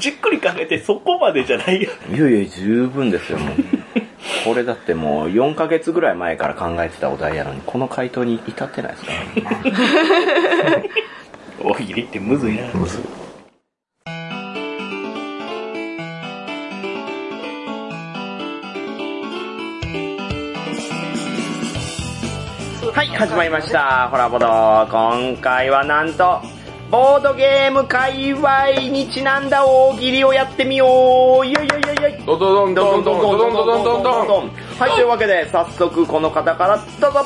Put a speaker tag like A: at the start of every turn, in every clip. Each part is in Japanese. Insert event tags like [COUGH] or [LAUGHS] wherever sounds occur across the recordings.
A: じっくり考えてそこまでじゃないよ。
B: いやいや、十分ですよ、もう。これだってもう4ヶ月ぐらい前から考えてたお題やのに、この回答に至ってないですから、ね。
A: 大喜利ってむずいな。
B: はい、始まりました。ホラボド。今回はなんと、ボードゲーム界隈にちなんだ大喜利をやってみよう。いやいやいやいや
C: ドドンドンドンドンドンドンドンドンドン
B: はい、というわけで、早速この方からどうぞ。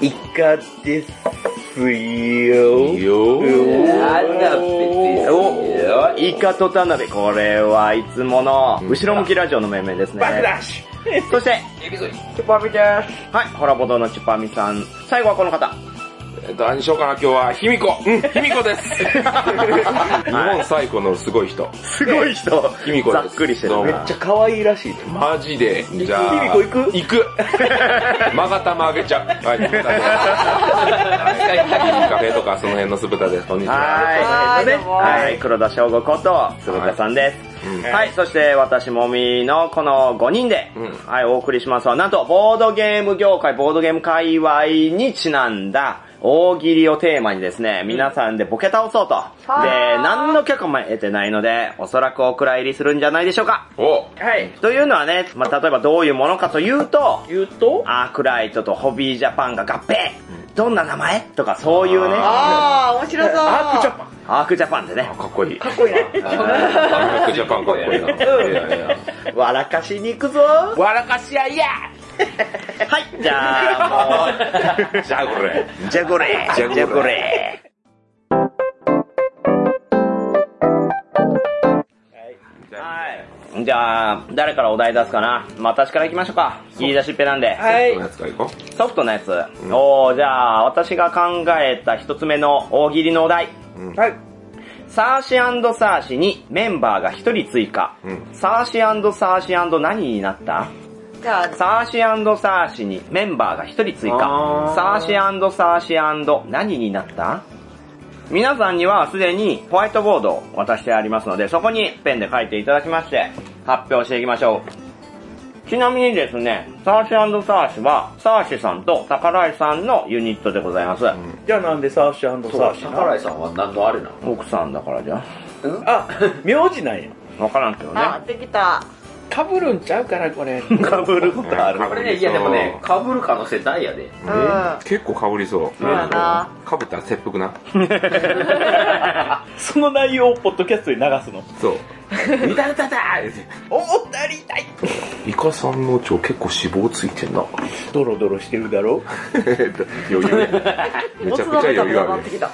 A: イカですよ。
C: よ
B: おイカと田辺、これはいつもの、後ろ向きラジオの面々ですね。
A: バクダッシ
B: そして、チュパミです。はい、ホラボドのチュパミさん。最後はこの方。
C: えっと、何しようかな、今日は。卑弥呼。うん、卑弥呼です。日本最古のすごい人。
B: すごい人。
C: 卑弥呼
B: ざ
C: です
B: っくりしてる
C: どう
A: ュめ
B: ね
C: も
A: っちゃ可愛いらしい。
C: マジで。じゃあ。
A: 卑弥呼行く
C: 行く。まがたまあげちゃう。はい、酢豚です。カフェとかその辺の酢豚です。こんにちは。
B: は。
D: はいい
B: ね
D: どうも
B: はい。黒田翔吾こと、鈴鹿さんです。
C: うん
B: はい、そして私もみのこの5人で、
C: うん
B: はい、お送りしますは、なんと、ボードゲーム業界、ボードゲーム界隈にちなんだ、大喜利をテーマにですね、皆さんでボケ倒そうと。
D: ー
B: で、何の許可も得てないので、おそらくお蔵入りするんじゃないでしょうか。
C: お
A: はい。
B: というのはね、まあ、例えばどういうものかというと、
A: 言うと、
B: アークライトとホビージャパンが合併どんな名前とかそういうね、ア
D: あー、面白そう。
A: アークチョッパ
B: ークジャパンでね、
C: かっこいい。
A: ー。かっこいいな。
C: バックジャパンかっこいいな。いやいや
B: 笑かしに行くぞは
A: わらかし
B: [LAUGHS]
A: 合いや
B: い、じゃあ
C: じゃあこれ。
B: もう、じゃこれ、
C: じゃこれ
B: じゃこれ。はい。じゃあ、誰からお題出すかなまあ、私から行きましょうか。言い出しっぺなんで。
A: はい
C: この。やつからいこ
B: ソフトなやつ。おー、じゃあ、私が考えた一つ目の大喜利のお題。
A: はい。
B: サーシーサーシにメンバーが一人追加。
C: うん
B: サーシーサーシ何になった
D: じゃあ、
B: サーシーサーシにメンバーが一人追加
C: あ。ー
B: サーシーサーシ何になった皆さんにはすでにホワイトボードを渡してありますので、そこにペンで書いていただきまして、発表していきましょう。ちなみにですね、サーシーサーシは、サーシさんと桜井さんのユニットでございます。
A: じゃあなんでサーシャサーシな
E: 宝井さんは何のあれなの
B: 奥さんだからじゃ。
A: あ、名字なんや。
B: わからんけどね。
D: あ、できた。
A: かぶるんちゃうから、これ。
B: かぶることある。
C: こ
E: これね、いやでもね、被る可能性大やで。
D: うん。
C: う。結構かぶりそう。
D: そうやな
C: かぶったら切腹な。
A: [LAUGHS] その内容をポッドキャストで流すの。
C: そう。
E: 歌歌だ
A: おもたりたい
C: イカさんの腸結構脂肪ついてんな。
A: ドロドロしてるだろ
C: 余裕やねめちゃくちゃ余裕あるね。
D: きた。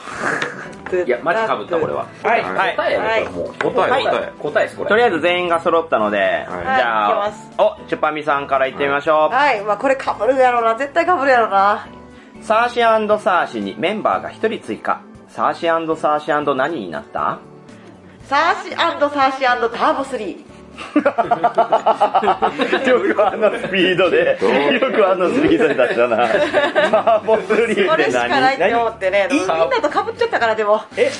E: いや、マジ被った俺は。
A: はい
C: は
B: はい
E: 答えやで、これもう。
C: 答え
E: はい
C: 答え
E: 答えです、こと
B: り
E: れ。
B: あえず全員が揃ったので、じゃ
D: いき
B: あ、お、チュパミさんから行ってみましょう。
D: はい、まあこれかぶるやろうな。絶対かぶるやろうな。
B: サーシーサーシにメンバーが一人追加。サーシーサーシ何にな [LAUGHS] った
D: サーシサーシターボ3。
B: よくあのスピードで、よくあのスピードで出したな。サーボスリー
D: こ
B: っ
D: れ
B: て
D: しかないっ
B: 何
D: て思ってね。みんなとかぶっちゃったからでも。え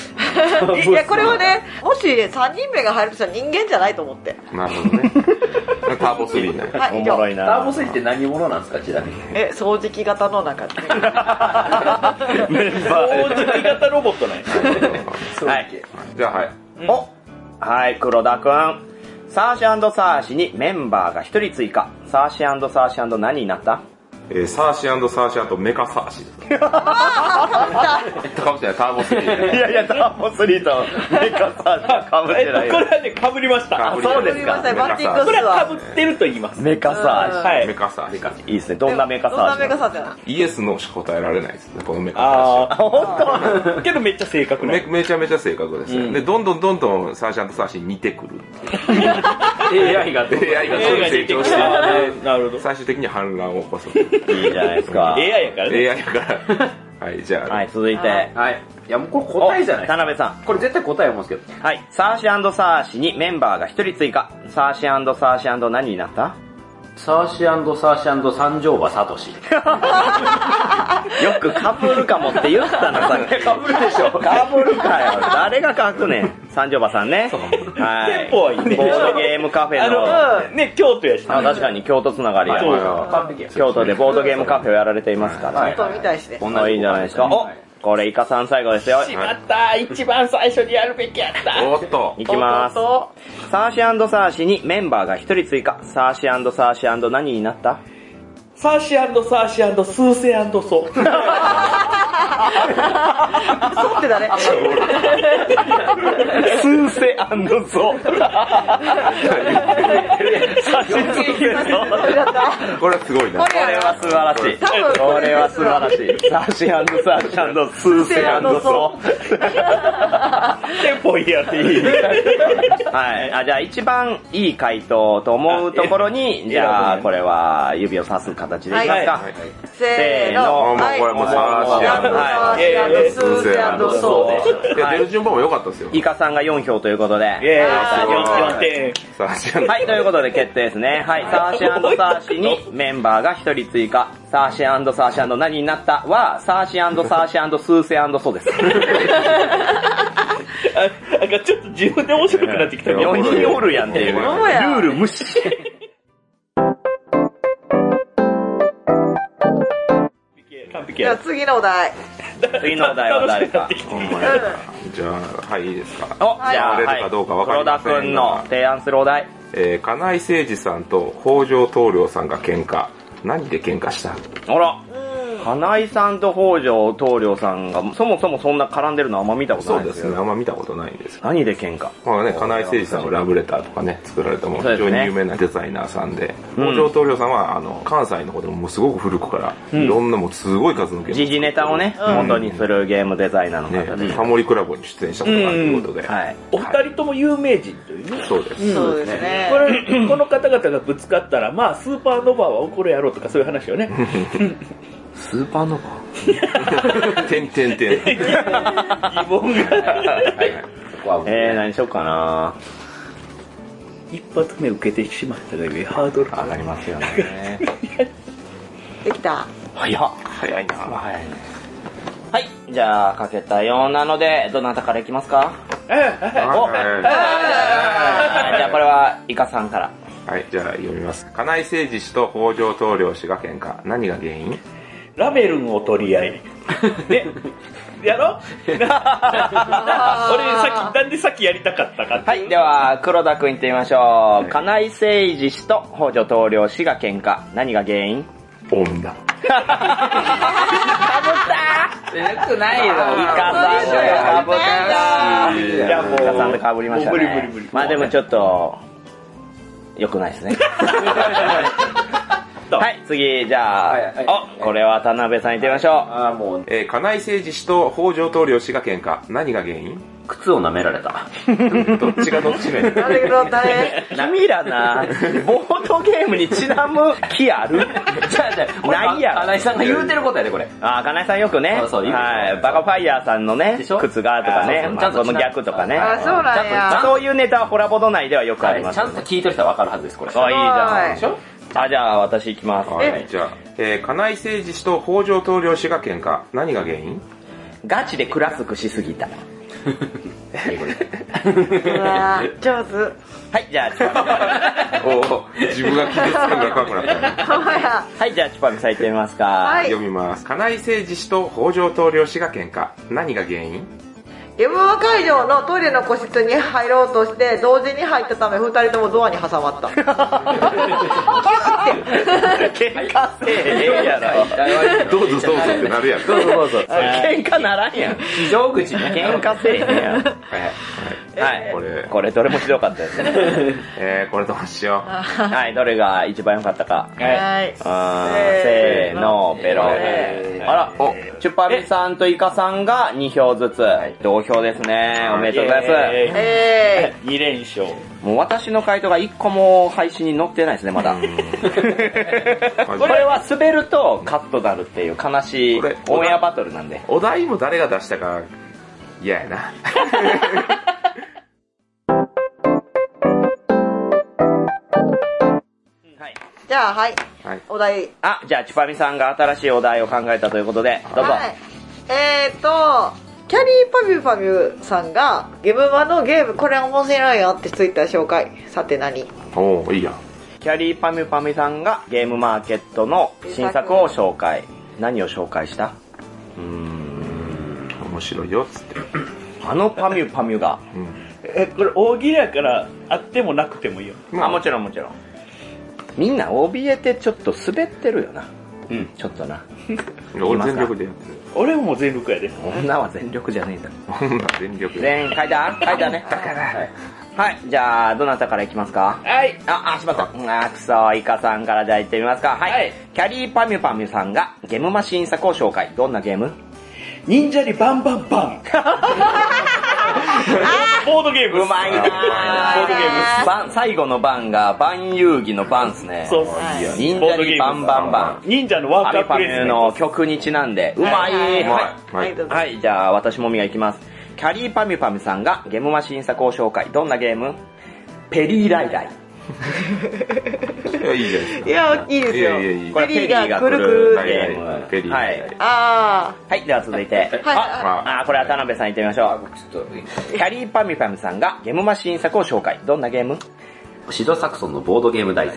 D: [LAUGHS] いや、これはね、もし3人目が入るとしたら人間じゃないと思って。
C: なるほどね。ターボスリーね。
D: はい、
B: お
D: 以
B: もろ
D: 上。
B: い
E: ターボ
B: な。
E: スリーって何者なんですか、ちなみに。
D: え、掃除機型の中で。
B: メンバ
A: 大地型ロボット [LAUGHS] なんや。
B: ー。はい。
C: じゃあはい。
B: おはい、黒田くん。サーシサーシにメンバーが一人追加。サーシサーシ何になった
C: えーサーシーサーシーとメカサーシーです。かぶってない、ターボスリー
B: い
C: ね。
B: やいや、ターボスリーとメカサーシャかぶっ
A: え
B: てない
A: これ
B: よ。
A: はね、かぶりました。
C: かぶり
B: そうです
D: ごめん
B: か
D: なさい、バッティング
A: こ
D: す
A: れ
D: る
A: はか
D: わ。
A: ぶってると言います。
B: メカサ
A: は
C: メ
A: い。
C: カサーシー。
B: ーシ。いいですね。どんなメカサ
D: どんな
B: ーシ
D: メカサーシャ
C: イエスのしか答えられないですね、このメカサーシーは
A: ああ、けどめっちゃ正確な
C: め
A: い。
C: めちゃめちゃ正確ですね。で、どんどんどんどんサーシャンとサーシーに似てくる。
E: AI が
C: AI がどんどん成長して
A: あーなるほど。
C: 最終的に反乱を起
B: [LAUGHS]
C: こす。
B: いいじゃないですか。
A: AI やからね。
C: AI
B: [LAUGHS]
C: から。はい、じゃあ、
B: はい、続いて。
E: はい。いや、もうこれ答えじゃない
B: お田辺さん。
E: これ絶対答え思うんですけど。
B: はい。サーシサーシにメンバーが一人追加。サーシサーシ何になった
E: サーシサーシ三条馬サトシ。
B: よくかぶるかもって言ったのさっき。かぶるでしょ。かぶるかよ。誰が書くねん。三条馬さんね。はい。
A: テンポはいいね
B: ボードゲームカフェ
A: あ
B: の。
A: の、ね、京都やし。
B: あ確かに京都つながりや。
A: そう
E: 完璧や。
B: 京都でボードゲームカフェをやられていますから。
E: はい
D: と見たいし
B: [LAUGHS]
D: ね。
B: い、いんじゃないですか。おこれイカさん最後ですよ。
A: しまった一番最初にやるべきやった
C: おっと。
B: いきます。
D: お
B: サーシサーシにメンバーが一人追加。サーシサーシ何になった
A: サーシサーシスーセソ
D: あ、そうってだね。
B: スーセソ。サーシスーセソ。
C: これはすごいな
D: こ。れ
B: これは素晴らしい。これは素晴らしい。サーシサーシスーセソ。
A: テンポいいやっていい
B: はい。あ、じゃあ一番いい回答と思うところに、じゃあこれは指をさす形でいきますか。
D: せー
C: あ
D: の。
C: もうこれもうサーシ
B: はい
D: スーセ
C: アンド
D: ソー
B: そうで
C: いや、出る順番も良かったですよ。
B: イカさんが4票ということで。
A: イェーイ
D: あー
A: 4点
C: さあ、じゃあ
B: はい、ということで決定ですね。はい、サーシサーシにメンバーが1人追加。サーシサーシ何になったは、サーシサーシスーセソ
C: [LAUGHS]
B: です。
A: あなんかちょっと自分で面白くなってきた
B: 4人おるやんっていう。ル
D: ほんまや
B: ール無視。
A: 完璧
D: じゃあ
A: や
D: 次のお題。
B: 次のお題は誰か
A: 楽し。くなってき
C: ほんまやじゃあ、はい、いいですか。
B: お、じゃあ、
C: はい
B: はい、黒田くんの提案するお題。
C: えー、金井誠二さんと北条棟梁さんが喧嘩。何で喧嘩した
B: あら。金井さんと北条棟梁さんが、そもそもそんな絡んでるのあんま見たこと
C: そ
B: ない
C: う
B: で
C: ですす
B: よ。
C: ね。あんま見たことないんです。
B: 何で喧嘩
C: まあね、金井誠二さんのラブレターとかね、作られたもう
B: そうで
C: 非
B: す
C: 常
B: ね
C: に有名なデザイナーさんで、
B: うん
C: 北条棟梁さんは、あの、関西の方でももうすごく古くから、いろんなもうすごい数のゲーム
B: 時事ネタをね、元にするゲームデザイナーの方で
C: ね、。タモリクラブに出演したことがあるということで、
B: はい。
A: お二人とも有名人というね
C: そうです。
D: そうですね
A: こ。れこの方々がぶつかったらまあスーパーノヴァは怒るやろうとかそういう話
B: [LAUGHS]
A: よね
B: スーパーノヴ
C: てんてんてん。
A: 疑問が
E: ここは僕
B: えー、何しようかな
A: 一発目受けてしまったがゆえハードル
B: 上がりますよね。
D: できた。
B: 早っ。
C: 早いな。
B: 早いね。はい。じゃあ、かけたようなので、どなたからいきますかお
C: は
B: あーじゃあ、これは、イカさんから。
C: い、はい、じゃあ読みます。金井誠二氏と北条棟梁氏が喧嘩。何が原因
A: ラメルンを取り合いねやろ [LAUGHS] 俺さっきなんでさっきやりたかったかって
B: はい、では、黒田くん行ってみましょう。金井誠二氏と北条棟梁氏が喧嘩。何が原因
C: 女。
B: イカさんが被っ
E: よくないよ。
B: た
C: いやもう
B: イカさんが被りましたね。
A: もう無理無理無理
B: まあでもちょっと、良くないですね。はい、次、じゃあ、
E: はいはい
B: お、これは田辺さん行ってみましょ
E: ああ、もう、
C: えー、金井誠二氏と北条棟梁氏が喧嘩。何が原因
E: 靴を舐められた。
C: どっちがどっちがいい
D: 誰けど誰
B: う。君らな、ボードゲームにちなむ気ある
E: [LAUGHS] じゃあじゃあ、
B: ないやろ
E: 金井さんが言うてることやで、これ。
B: あ、金井さんよくね。
E: そうそう言う
B: はい。バカファイヤーさんのね、
E: でしょ
B: 靴がとか
E: あ
B: ね
E: そうそう、
B: まあその逆とかね。
D: あ、そうなん
B: まあ
D: や。
B: そういうネタはホラボド内ではよくあり
E: は
B: ま
E: い
B: す
E: ちゃんと聞いてる人はわかるはずです、これ。
B: [LAUGHS] あ、いいじゃん。
D: す
E: でしょ
B: あ、じゃあ私行きます。
C: はい、じゃあ、えー、金井誠二氏と北条棟梁氏が喧嘩。何が原因 [LAUGHS]
B: ガチでクラスクしすぎた。
D: ごいうわー上手。
B: はい、じゃあ、チュ
E: [LAUGHS]
B: パミ
C: おお自分が傷つくのが怖くなったね。
D: ほんま
B: [LAUGHS]
D: や。
B: はい、じゃあ、チュパミさん行ってみますか。
D: はい
C: 読みます。金井誠二氏と北条棟梁氏が喧嘩。何が原因 [LAUGHS]
D: M1 会場のトイレの個室に入ろうとして同時に入ったため2人ともドアに挟まった
B: 喧嘩せえへんやろ。
C: どうぞどうぞってなるやん。 [LAUGHS]
E: そうそう
B: [LAUGHS]
E: そう。
B: 喧嘩ならんやん。
E: 非常口ね。
B: 喧嘩せえへんやん。
C: はいはい
B: はい。
C: これ
B: これどれもひどかったですね。
E: [LAUGHS]
C: えー、これどうしよ
B: はい、どれが一番良かったか。
D: はい
B: あー
D: せ
B: せ
D: ー
B: ーの、ベロ。あ
E: えー
B: ら、お、チュパミさんとイカさんが2票ずつ。同票ですね。おめでとうございま
A: イ
B: す。
A: エーイ
D: え
A: 二連勝
B: もう私の回答が一個も配信に載ってないですね、まだ。[LAUGHS]
C: う。
B: これは滑るとカットなるっていう悲しい
C: これ
B: オンエアバトルなんで。
C: お題も誰が出したか嫌やな。 [LAUGHS]
B: はい。
D: ー、じじゃあ、はい。
C: はい
D: お題。
B: あ、じゃあ、チュパミさんが新しいお題を考えたということで、どうぞ。
D: はい。えーと、キャリーパミュパミュさんが、ゲムマのゲーム、これ面白いよってツイッター紹介。さて何
C: おおいいやん。
B: キャリーパミュパミさんがゲームマーケットの新作を紹介。何を紹介した
C: うーん、面白いよ、つって。
B: あのパミュパミュが。
C: うん。
A: え、これ大喜利やから、あってもなくてもいいよ。
B: あ、もちろんもちろん。みんな怯えてちょっと滑ってるよな。うん、ちょっとな。
C: 俺全力でやってる。
A: 俺も全力やで。
B: 女は全力じゃねえんだ。
C: 女全力で。
B: 全員書いた書いたね。はい、じゃあ、どなたからいきますか
A: はい。
B: あ、あ、しまった。うんあ、くそ、イカさんからじゃあ行ってみますか。はい。
A: はい
B: キャリーパミュパミュさんがゲームマ新作を紹介。どんなゲーム
A: 忍者にバンバンバ
B: [LAUGHS]
A: ン。ボードゲーム。
B: うまいな
A: ボードゲーム。
B: ーバン最後のバンが、バン遊戯のバンっすね。
A: そう。
D: はい
C: いや
B: 忍者にバンバンバン。
A: 忍者のワー
B: パ
A: クア
B: ミ
A: ッ
B: パ
A: プ
B: ミ
A: レス
B: ュの曲にちなんで、うまい。
D: はい
B: はい
D: は
C: はい
D: い、どうぞ。
B: はい、じゃあ私もみがいきます。キャリーパミュパミュさんがゲームマ新作を紹介。どんなゲームペリーライライ。
C: いやいいじゃないです
D: いや、いいですよ。
C: いやいやいや
B: これ
D: ペ
B: ペリー
D: リーがくる
B: が
D: く
B: 来る
D: る
C: か。は
D: って。
C: い
B: ゲーム
C: はいはい。ペリー。
B: はい
D: あ
B: はい、では続いて。
D: はい
B: あ、あーこれは田辺さん行ってみましょ
E: あ、
B: う。
E: 僕ちょっと、
B: キャリーパミュパミュさんがゲームマ新作を紹介。どんなゲーム
E: シドサクソンのボードゲーム大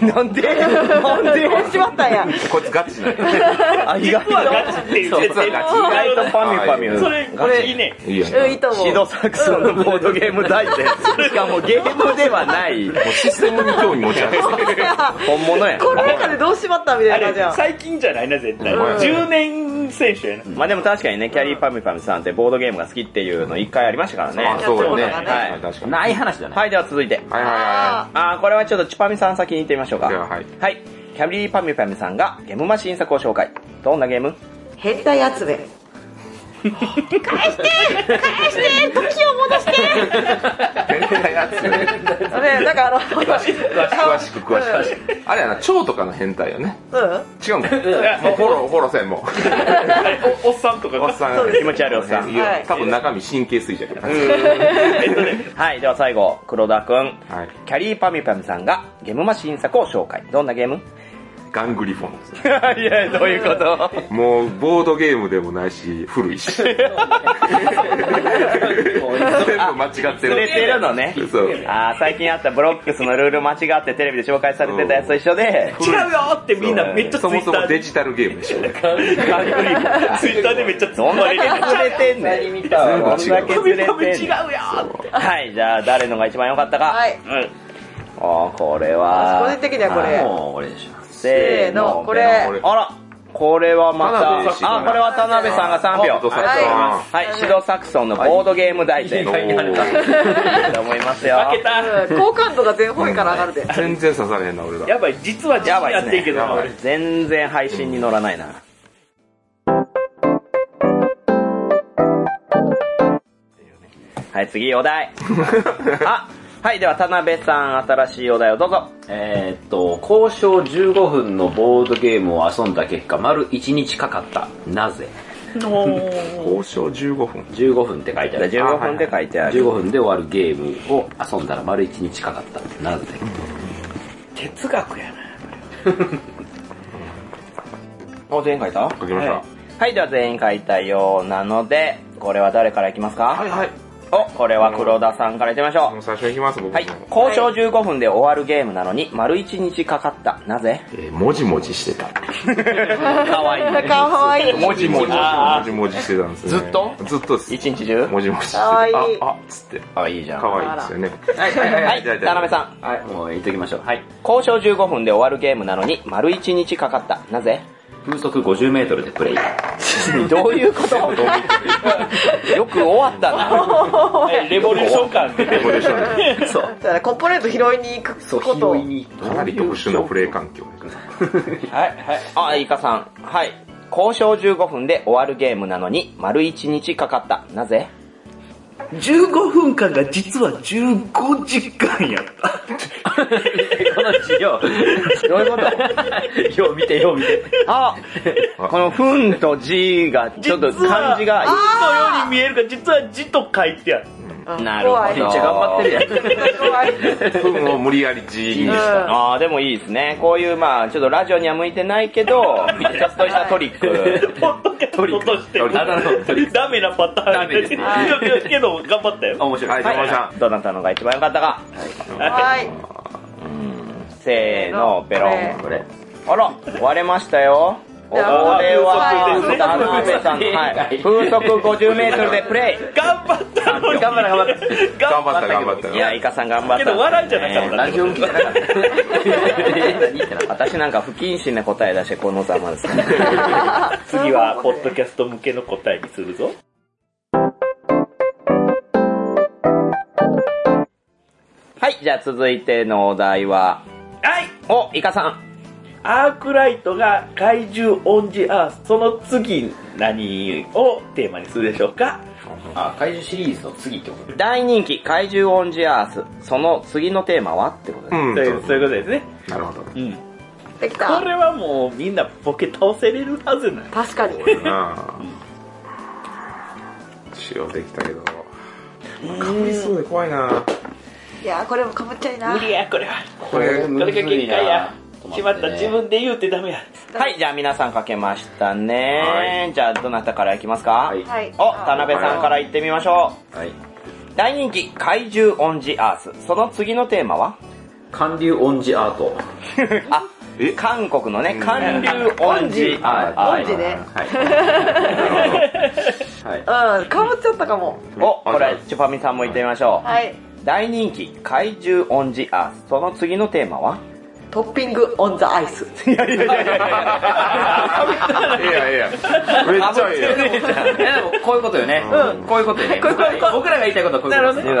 E: 全。
B: なんでなん
D: あ。
B: で
D: 終わしまったんや。
C: こいつガチなんや
B: あ、意外と。
A: ガチ [LAUGHS] っていう設定
C: そうガ
B: 意外とパミュパミ
A: そ
B: ュ。
A: れ、これいいね。
B: [LAUGHS]
C: いいやん。
D: うん、いいと思う。
B: シドサクソンのボードゲーム大 [LAUGHS] 全。しかもゲームではない。
C: もうシステムに興味持ち上げて。
B: 本物やん。
D: この中でどうしまったみ
A: あ
D: たいな
A: れ
D: じゃん。
A: 最近じゃないな、絶対。
C: うん
A: 10年選手やな。
B: まあでも確かにね、キャリーパミュパミュさんってボードゲームが好きっていうの一回ありましたからね。
C: あ、そうよね。
D: やってることが
B: ね
C: はい、確かに。
E: ない話じゃない。
B: はい、では続いて。
C: はいはいは
B: あー、これはちょっとチュパミさん先に行ってみましょうか。
C: でははい
B: はい。キャリーパミュパミュさんがゲームマ新作を紹介。どんなゲーム
D: 変態集め。返して返して時を戻してねなんかあの、詳しく、
C: 詳しく詳しく詳しく。あれやな、蝶とかの変態よね。
D: く。うん。
C: 違うんもうフォロー、フォローせん、も
A: あれおおっさんとか
C: う。お
A: が
C: っさん。
B: 気持ち悪いおっさん
C: いや
D: はい
C: 多分中身神経衰弱やから。
B: はい、では最後、黒田くん。
C: はい。
B: キャリーパミュパミュさんがゲームマ新作を紹介。どんなゲーム
C: ガングリフォン。
B: いや、どういうこと
C: もう、ボードゲームでもないし、古いし。全部間違って
B: 釣
C: る。
B: れてるのね。
C: そう。
B: あー、最近あったブロックスのルール間違ってテレビで紹介されてたやつと一緒で、
A: 違うよーってみんなめっちゃツイ
C: そも
A: ッタ
C: そ
A: ー
C: も
A: で
C: デ、ジタルゲームでしょ。
A: ツイッターでめっちゃツイ
B: どん
A: ッター
B: だけ
A: で。
B: [LAUGHS] 釣れてんねん。
E: 見た
C: 全部
B: どんだけ
C: 違う。
B: 釣れ
A: 違うよ。
B: てんねん
A: ーって。
B: はい、じゃあ誰のが一番良かったか。
D: はい。
B: あーこれは。
D: 私個人的にはこれ
B: もう俺でしょ。せー
D: せー
B: の
D: の、これ
B: こあら、これはま
C: 田辺氏
B: た、
C: が
B: あ、これは田辺さんが3
C: あ
B: 票。
C: 田
D: 辺さん
B: はい、はいシドサクソンのボードゲーム大全。
C: はい意外に
B: だと思いますよ。
A: 負けた。
D: うん好感度が全方位から上がるで。
C: 全然刺されへんな、俺ら。
A: やばい、実は実
B: やば
A: はや
B: い
A: って
B: で
A: ん
B: すね
A: けどな、。
B: 全然配信に乗らないな。はい、次、お題。あ、はい、では田辺さん、新しいお題をどうぞ。
E: えーっと、交渉15分のボードゲームを遊んだ結果、丸1日かかった。なぜ
C: 交渉15分。
E: ?15 分って書いてある。
B: じゃあ15分で書いてある。
E: 15分で終わるゲームを遊んだら丸1日かかった。なぜ
A: 哲学やな。
B: [LAUGHS] お、全員書いた
C: 書きました。
B: はい、では全員書いたようなので、これは誰からいきますか、
C: はいはい。
B: お、これは黒田さんからいってみましょ
C: もう最初に行きます、
B: う。
C: 僕
B: はい、交渉15分で終わるゲームなのに、丸1日かかった。なぜ
C: えーもじもじしてた。
B: [LAUGHS] かわいい。
D: かわいい。
C: もじもじ。もじもじしてたんですね。
E: ずっと
C: ずっとです。
B: 1日中
C: もじもじして
D: かわ
C: た。
D: いい
C: あ、あ、つって。
B: かわいいじゃん。
C: かわいいですよね。
E: はい、はい、は
B: はい、田辺さん。
E: ん。はい、もう言っときましょう。はい。
B: 交渉15分で終わるゲームなのに、丸1日かかった。なぜ
E: 風速50メートルでプレイ。
B: どういうことよく終わったな。
A: え
B: [LAUGHS]
A: レボリューション感で。レボリューション
E: そう。
D: だからコンポーネント拾いに行く
E: そう、
D: ことを。
E: 拾いに。
C: かなり特殊なプレイ環境。
B: はい、はい。あ、イカさん。はい。交渉15分で終わるゲームなのに、丸1日かかった。なぜ
A: 15分間が実は15時間やった。
E: この授業。
B: どういうこと
E: よう見て、よう見て。
B: あ、
A: [LAUGHS]
B: このふんとじが、ちょっと漢字が、
A: 実のように見えるが、実は字と書いてある。
D: うん
B: なるほど。
D: 怖い
E: めっちゃ頑張ってるやん。
D: 怖い。
C: 分を無理やり自由にした。
B: ああ、でもいいですね。こういう、まあ、ちょっとラジオには向いてないけど、ちょっとしたトリック。
A: [LAUGHS] ポッドキャストとして
E: トリックあなるほどトリッ
A: ダメなパターン
E: ダメですね
A: けどけど頑張ったよ。
E: 面白。
C: はいい、山本さ
B: どなたのが一番良かったか。
D: はい。
B: せーの、ペロン。
E: これ。
B: あら、割れましたよ。これ
D: じゃあ
B: は、
D: 風速
B: 田辺さん、はい、風速50メートルでプレイ。
A: 頑張ったのに
E: 頑張れ、頑張れ。
C: ん。頑張った、頑張っ
B: い
C: た。
B: や、イカさん頑張っ
A: け
B: た。
A: ど笑いじゃなかった
E: ラジオ向きじゃなかった。何ってなかっ
B: 私なんか不謹慎な答え出して、このざまですね。
A: 次は、ポッドキャスト向けの答えにするぞ。
B: はい、じゃあ続いてのお題は、
A: はい
B: お、イカさん。
A: アークライトが怪獣オンジアース、その次何をテーマにするでしょうか
E: た。あ、怪獣シリーズの次ってこと
B: 大人気怪獣オンジアース。その次のテーマはってことです。
C: うん、
A: そういう
C: そ
A: そう
C: う
A: いうことですね。
C: なるほど。
A: うん。
D: でき
A: こ
D: た。
A: れはもうみんなボケ倒せれるはずない。
D: 確かに。
C: うん。使用できたけど。かぶりそうで怖いな。
D: いやーこれもかぶっちゃいな。
A: 無理や、これは。
C: これ、
A: これが限界や。しまった、自。
E: むずいな
A: 分で言うてダメや。
B: はい、じゃあ皆さん書けました
C: は
B: ね。じゃあどなたからいきますか
E: はい
D: はい。
B: お、田辺さんから行ってみましょ
E: はい。
B: う。大人気怪獣オンジアース。その次のテーマは
E: 韓流オンジアート。
B: あ
C: え、
B: 韓国のね、韓流オンジアー
D: オ
E: はい
D: ンジね
E: はい。は
D: うん、かぶっちゃったかも。
B: ス。お、これ、チュパミさんも行ってみましょう。
D: はい。
B: 大人気怪獣オンジアース。その次のテーマは
D: トッピングオンザアイス。
C: いやいや、めっちゃいいや。
E: い。いやでも、こういうことよね。こういうことよね。
D: こういうこと
E: 僕ら僕らが言いたいことはこういうことです
B: うわー。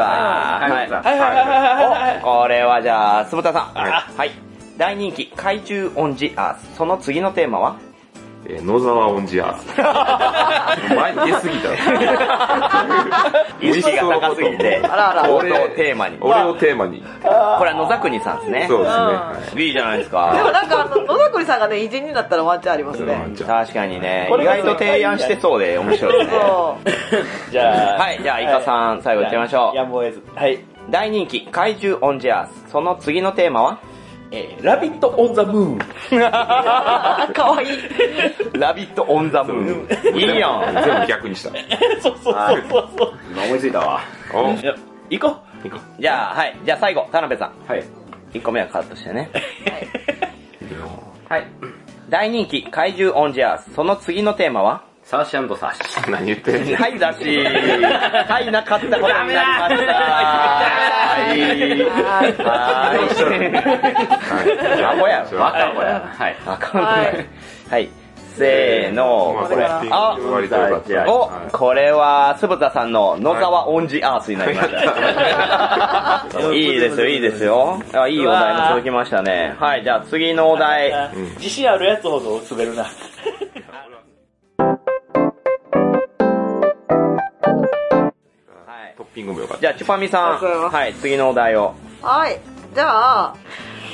E: は
B: はいい。
A: はいはいはいはい。
B: お、これはじゃあ、坪田さん。
C: は
B: はい。大人気怪獣オンジアース。その次のテーマは
C: えー野沢オンジアース。前に出すぎた。
B: 意識が高すぎて、
D: あらあら
B: [LAUGHS] 冒頭テーマに。これ
C: 俺をテーマに。
B: は野崎国さんですね。
C: そうですねはい
B: いいじゃないです
D: でも
B: か。
D: なんかあの、野田栗さんがね、偉人になったらワンチャンあります
C: 野沢オ
D: ね。
C: ンジアース。
B: 確かにね、
A: こ
B: 意
A: れが
B: 外と提案してそうで面白いですね。
D: そう。
A: じゃあ。
B: はいじゃあイカさん最後行ってみましょう
A: やむを得ず。はい。
B: 大人気、怪獣オンジャース。その次のテーマは
A: えーラビットオンザムーン。
D: あー、かわいい。
B: ラビットオンザムーン。いいやん。
C: 全部逆にした。
A: そうそうそうそうそう。
E: 今思いついたわ。
C: お
A: いや行こ
C: 行こう
B: じゃあ、はい。じゃあ最後、田辺さん。
E: はい。
B: 1個目はカットしてね。
E: はい。
B: 大人気、怪獣オンジャース。その次のテーマは
E: サーシャンドサーシ。
C: 何言ってんの
B: はい、だし。はい、なかったことになりました。はい。はい。
C: はい
B: アホやろ
E: わかんや。はい。
B: あかんない。はい。せーの、これ。あ、
C: 割とよかった。
B: お、
C: はい
B: これは、坪田さんの野沢オンジアースになりました。い、いですよ、いいですよ。あいいお題も届きましたね。はい、じゃあ次のお題。
A: う。自信あるやつほど滑るな。
B: はい
C: トッピングもよかっ
B: じ
C: た。
B: ゃあ、チュパミさん。
D: ありがとうございます
B: はい、次のお題を。
D: はい。じゃあ、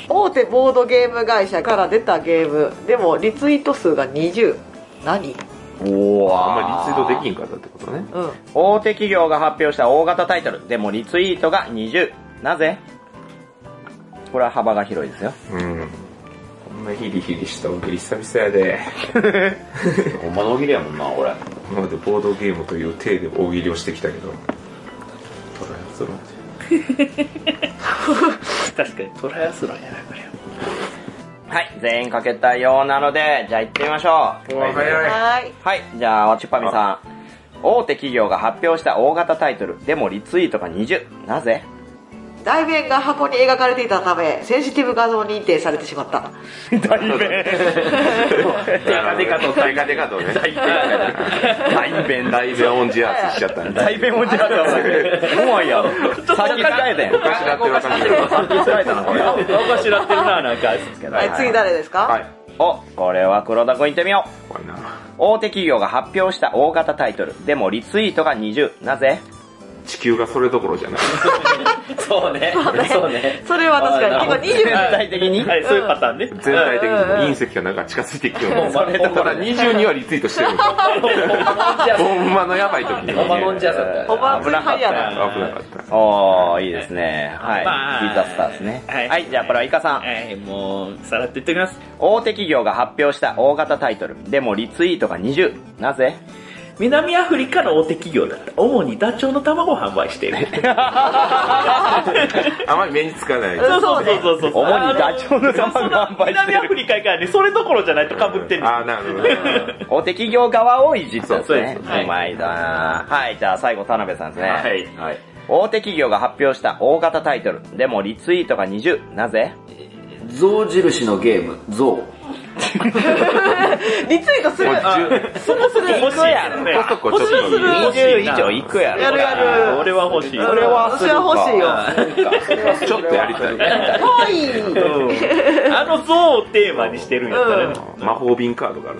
D: 大手ボードゲーム会社から出たゲーム。でも、リツイート数が20。何
B: お
C: あんまりリツイートでき
B: ん。
C: んかったってことね。
D: うん。
B: 大手企業が発表した大型タイトル。でも、リツイートが20。なぜこれは幅が広いですよ。
C: うん。こんなヒリヒリしたおぎり久々や [LAUGHS] で。
E: ほんまの大喜利やもんな、俺。
C: 今までボードゲームという体で大喜利をしてきたけど。トライアスロン
A: 確かにトライアスロンやな、これ。
B: はい、全員かけたようなので、じゃあ行ってみましょう。
C: うわ早い。
D: はい。
B: はい、じゃあ、チュパミさん。大手企業が発表した大型タイトル。でもリツイートが20。な [LAUGHS] ぜ
D: 題名が箱に描かれていたため、センシティブ画像認定されてしまった。
B: 大弁。
E: デカデカと
C: 大かでかとね。
B: 大弁。
C: 大ゼオンジアースしちゃったんだ。
B: 大弁をじゃあ、もういいやろ。さっき答えたやん。
C: おかしなってるおかしなってる。
B: さっき答えた
A: [LAUGHS]
B: な、これ。
A: おかしなってるな、なんか。
D: はい、次誰ですか、
C: はい。
B: お、これは黒田君行ってみよう。
C: 怖いな。
B: 大手企業が発表した大型タイトル。でもリツイートが20。なぜ
C: 地球がそれどころじゃない。
E: そうね。そうね。
D: それは確かに。今
E: 全
D: 20分。
E: 体的に。
A: はい、そういうパターンね。
C: 全体的に
D: うんうん
C: 隕石がなんか近づいていくような。
E: それどこ
C: ほ
E: ろ
C: ら、22はリツイートしてる。ほんまのやばい時に、ね。
E: おまもんじゃさ
B: えー
E: っ
D: おばんずいはや
C: 危
D: な。
C: なかった。
B: おー、いいですね。はい。
A: まあ
B: ビザスターですね。は、
A: はいい
B: じゃあこれはイカさん。
A: はい、もう、さらっと言っておきます。
B: 大手企業が発表した大型タイトル。でもリツイートが20。なぜ
A: 南アフリカの大手企業だった。主にダチョウの卵を販売している。
C: あまり目につかない。
D: そうそうね。
A: そうそう
B: 主にダチョウの卵が販売して
A: 南アフ
B: る。
A: リカやからね、それどころじゃないと被ってるんです
C: ああ、なるほどね。
B: 大手企業側をいじったんですね。
A: そうそうです
B: うまいなぁはい、じゃあ最後田辺さんですね。
A: はい。
E: はい。
B: 大手企業が発表した大型タイトル。でもリツイートが20。なぜ
E: 象印のゲーム、象。
D: リツイートする。
A: そこそこ欲しいですね。
C: そこそこちょっと
D: するする
A: 欲し
B: 20以
A: いな
B: 上いくやろ。
D: やるやる。
A: 俺は欲しい。
D: 俺は
B: するか
D: 欲しいよ。
C: ちょっとやりたい。
D: 可愛い。
A: うんあの像をテーマにしてるんやったらね
C: 魔法瓶カードがあ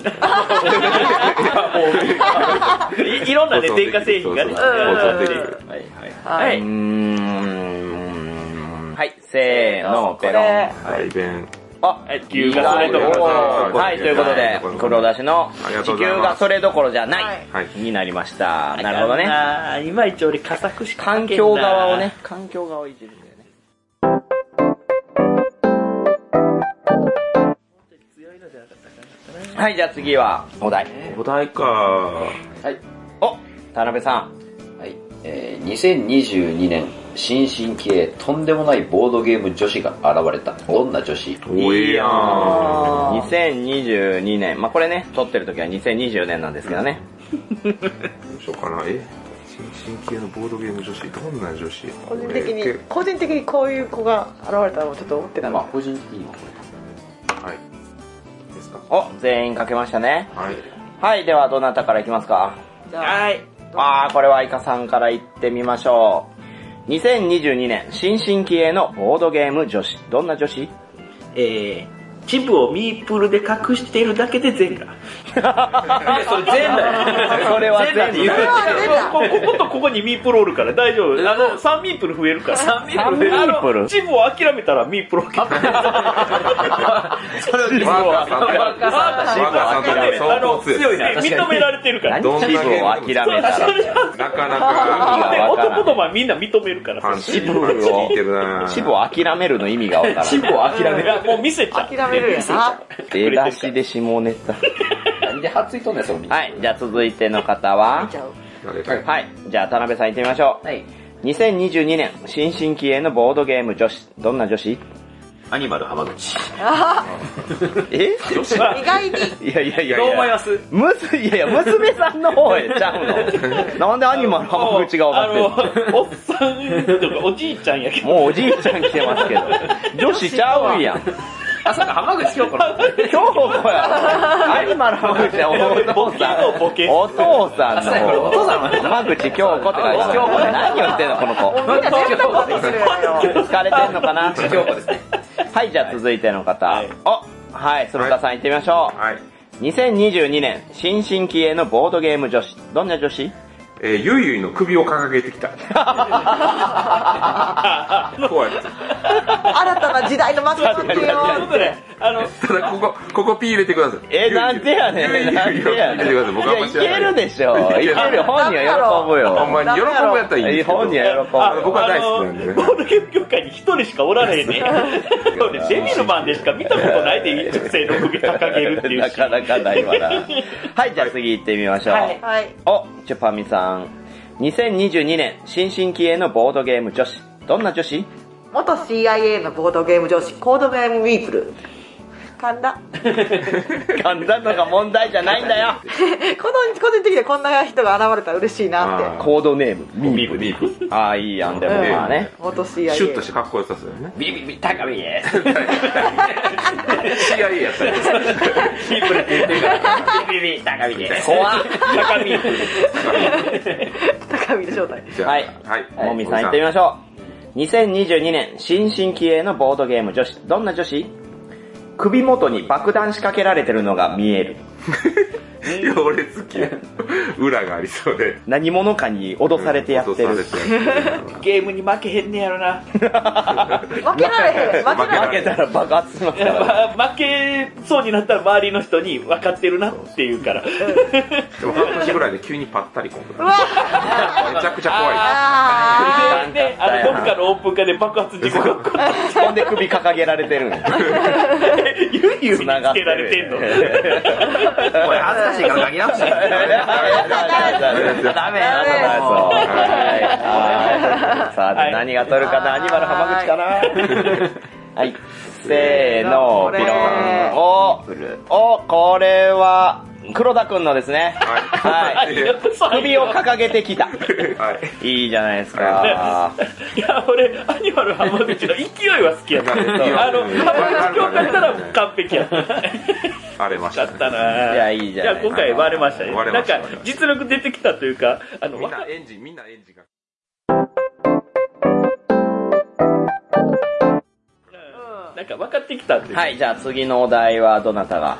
C: る。
A: いいろんなね、電化製品がね。
C: そうそうそう
A: うん
B: はいは
A: は
B: い。う
A: い。
B: ーん。はい、せーの、ペロン。
D: こ
C: 大弁。
B: あ、
A: 球がそれどころじゃ
C: な
B: は
C: い
B: い、ということで、黒出しの
C: ありがとう
B: 地
C: ござい
B: 球
C: ます
B: がそれどころじゃな
C: はい
B: いになりました。なるほどね。
A: ね。いまいち俺、佳作しか書けんな
B: 環境側をね、。環境側をいじるんだよね。はい、じゃあ次は、お題。
C: お題か。
E: はい。
B: お田辺さん。
E: はい。えー、2022年、新進気鋭、とんでもないボードゲーム女子が現れた。どんな女子
C: おえやん。
B: 2022年。まあ、これね、撮ってる時は2020年なんですけどね。
C: どうしようかな。え新進系のボードゲーム女子、どんな女子
D: 個人的に、個人的にこういう子が現れたのもちょっと思ってた
E: まあ
D: の。
E: 個人的にはこれ。
C: はい。ですか
B: お、全員かけましたね。
C: はい。
B: はい、ではどなたからいきますか
D: じゃあ
A: はい。
B: あー、これはイカさんからいってみましょう。2022年、新進気鋭のボードゲーム女子。どんな女子
A: えー、チブをミープルで隠しているだけで全裸。
B: [LAUGHS]
E: それ全裸
B: それは全部。
A: ここことここにミープルおるから大丈夫。あの、3ミープル増えるから。3ミ
B: ープル
A: あのチブを諦めたらミープルを消す。
B: それを
C: ワーカーさん
A: ああ
C: か。ワーカーさんと
A: 諦め
C: 相当強い
A: あの
C: ね。
A: 認められてるから。
B: 何チブを諦めたら。
C: なかなか。
A: で男の場みんな認めるから。
C: パンチ
B: チブを
C: 効いてるな、
B: チブを諦めるの意味がわから
E: チ
B: ん。
E: ブを諦める。
A: もう見せた。
D: 諦めるやな。
B: 出だしで下ネタ。
E: なんではっついとんねん、そのみんな
B: はい、じゃあ続いての方は
D: 見ちゃう。
C: 誰か
B: はい、じゃあ田辺さん行ってみましょう。
E: はい。
B: 2022年、新進気鋭のボードゲーム女子。どんな女子
E: アニマル浜口。
B: え
D: 意外に。
B: いやいやいや。
A: どう思います
B: むす、いやいや、娘さんの方へちゃうの。なんでアニマル浜口が分かってる
A: あの、おっさんとかおじいちゃんやけど。
B: もうおじいちゃん来てますけど。女子ちゃうやん。
E: あ、そうか、浜口京子の。
B: 今日もや。アニマル浜口はお父さん。
A: ボケ
B: お父さんの方。
E: お父さんの方
B: 浜口京子って書いてある。
E: 京子ね
B: 何を言ってんの、この
D: もう
B: 子。
D: みんな絶対ボケするわよ。
B: 疲れてんのかな
E: 京子ですね。
B: はい、じゃあ続いての方。
A: はい
B: お、はい、鶴田さん行ってみましょう。
C: はい。
B: 2022年、新進気鋭のボードゲーム女子。どんな女子
C: えー、ゆいゆいの首を掲げ
B: [LAUGHS]
C: てきた。怖い。
D: 新たな時代の幕開
A: [LAUGHS]
D: けよ。
A: あの、
C: ただ、ここ、ここ P 入れてください。
B: え、なんでやね
C: ゆいゆ
B: ん。
C: い
B: なんでや
C: ゆいゆいを入れてください。
B: ねん。
C: 僕はあんま
B: い
C: 知らない。
B: やいけるでしょ。い
C: い
B: け
C: や
B: るよ。本人は喜ぶよ。
C: ほんまに喜ぶやったらいいんですけど。
B: 本人は喜ぶ
C: 僕は大好きなんで
A: あの
C: ね。
A: ボードゲーム業界に一人しかおられへん [LAUGHS] ね。俺デビルマンでしか見たことないで、一直線の首掲げるってい
B: な
A: う
B: かなかないわな。
C: [LAUGHS]
B: はい、じゃあ次行ってみましょう。
A: はい
D: はい。
B: お、チュパミさん。2022年、新進気鋭のボードゲーム女子。どんな女
C: [LAUGHS]
B: 子
D: 元 CIA のボードゲーム上司、コードネームウィープル。神田。
B: 簡単のが問題じゃないんだよ。
D: この個人的にはこんな人が現れたら嬉しいなって。
C: あ
B: コードネーム。
C: ミープ、ミープ。
B: ああ、いいやん、でも
D: うん
B: まあね。
D: 元 CIA。
C: シュッとしてかっこよさそうだよね。
E: ビビビ、高見え。
C: CIA やったら。
E: ビビビ、高見え。
B: 怖っ。
A: 高見。
D: 高見の正体。
C: じゃあ、
B: は
C: はいい。
B: もみさん行ってみましょう。2022年、新進気鋭のボードゲーム女子。どんな女子首元に爆弾仕掛けられてるのが見える。
C: いや、俺好きや。裏がありそうで。
B: 何者かに脅されてやってる。
C: 脅されてやってる
A: ゲームに負けへんねやろな。
D: 負けられへん負けら
B: 負
D: れ
B: け
D: へん
B: たら爆発します
A: い
B: か
A: や
B: ら。
A: まあ負けそうになったら周りの人に分かってるなっていうから。
C: でも半年ぐらいで急にパッタリコンく
D: う
C: なる
D: わ
C: めちゃくちゃ怖い。
D: あ
A: で、であの、どっかのオープン化で爆発事故が起こっ
B: ほんで首掲げられてるんや。
A: て、ゆうゆうにつけ
B: 繋がって
A: ら
B: る
A: れてんの。
B: これ恥ずかしいから書き直して。ダメやな、そのやつはい。さあ、何が取るかな、アニマル浜口かな。はい。せーの、ピローン。お、お、これは、黒田くんのですね。
C: は
B: はいい。首を掲げてきた。
C: はい。
B: いいじゃないですか。
A: いや、俺、アニマル浜口の勢いは好きやな。あ
C: 勢い
A: の、浜口教官なら完璧やった。
C: 荒れまし
A: だ
C: た
A: った
C: ね。
A: なぁ
B: いやいいじゃない
A: や、今回割れましたね。
C: 割れ
A: なん
C: ました
A: か、実力出てきたというか、あの、
C: みん
A: わか
C: なエンジン、みんなエンジンが。
A: なんか分かってきたっていう。
B: はい、じゃあ次のお題はどなたが。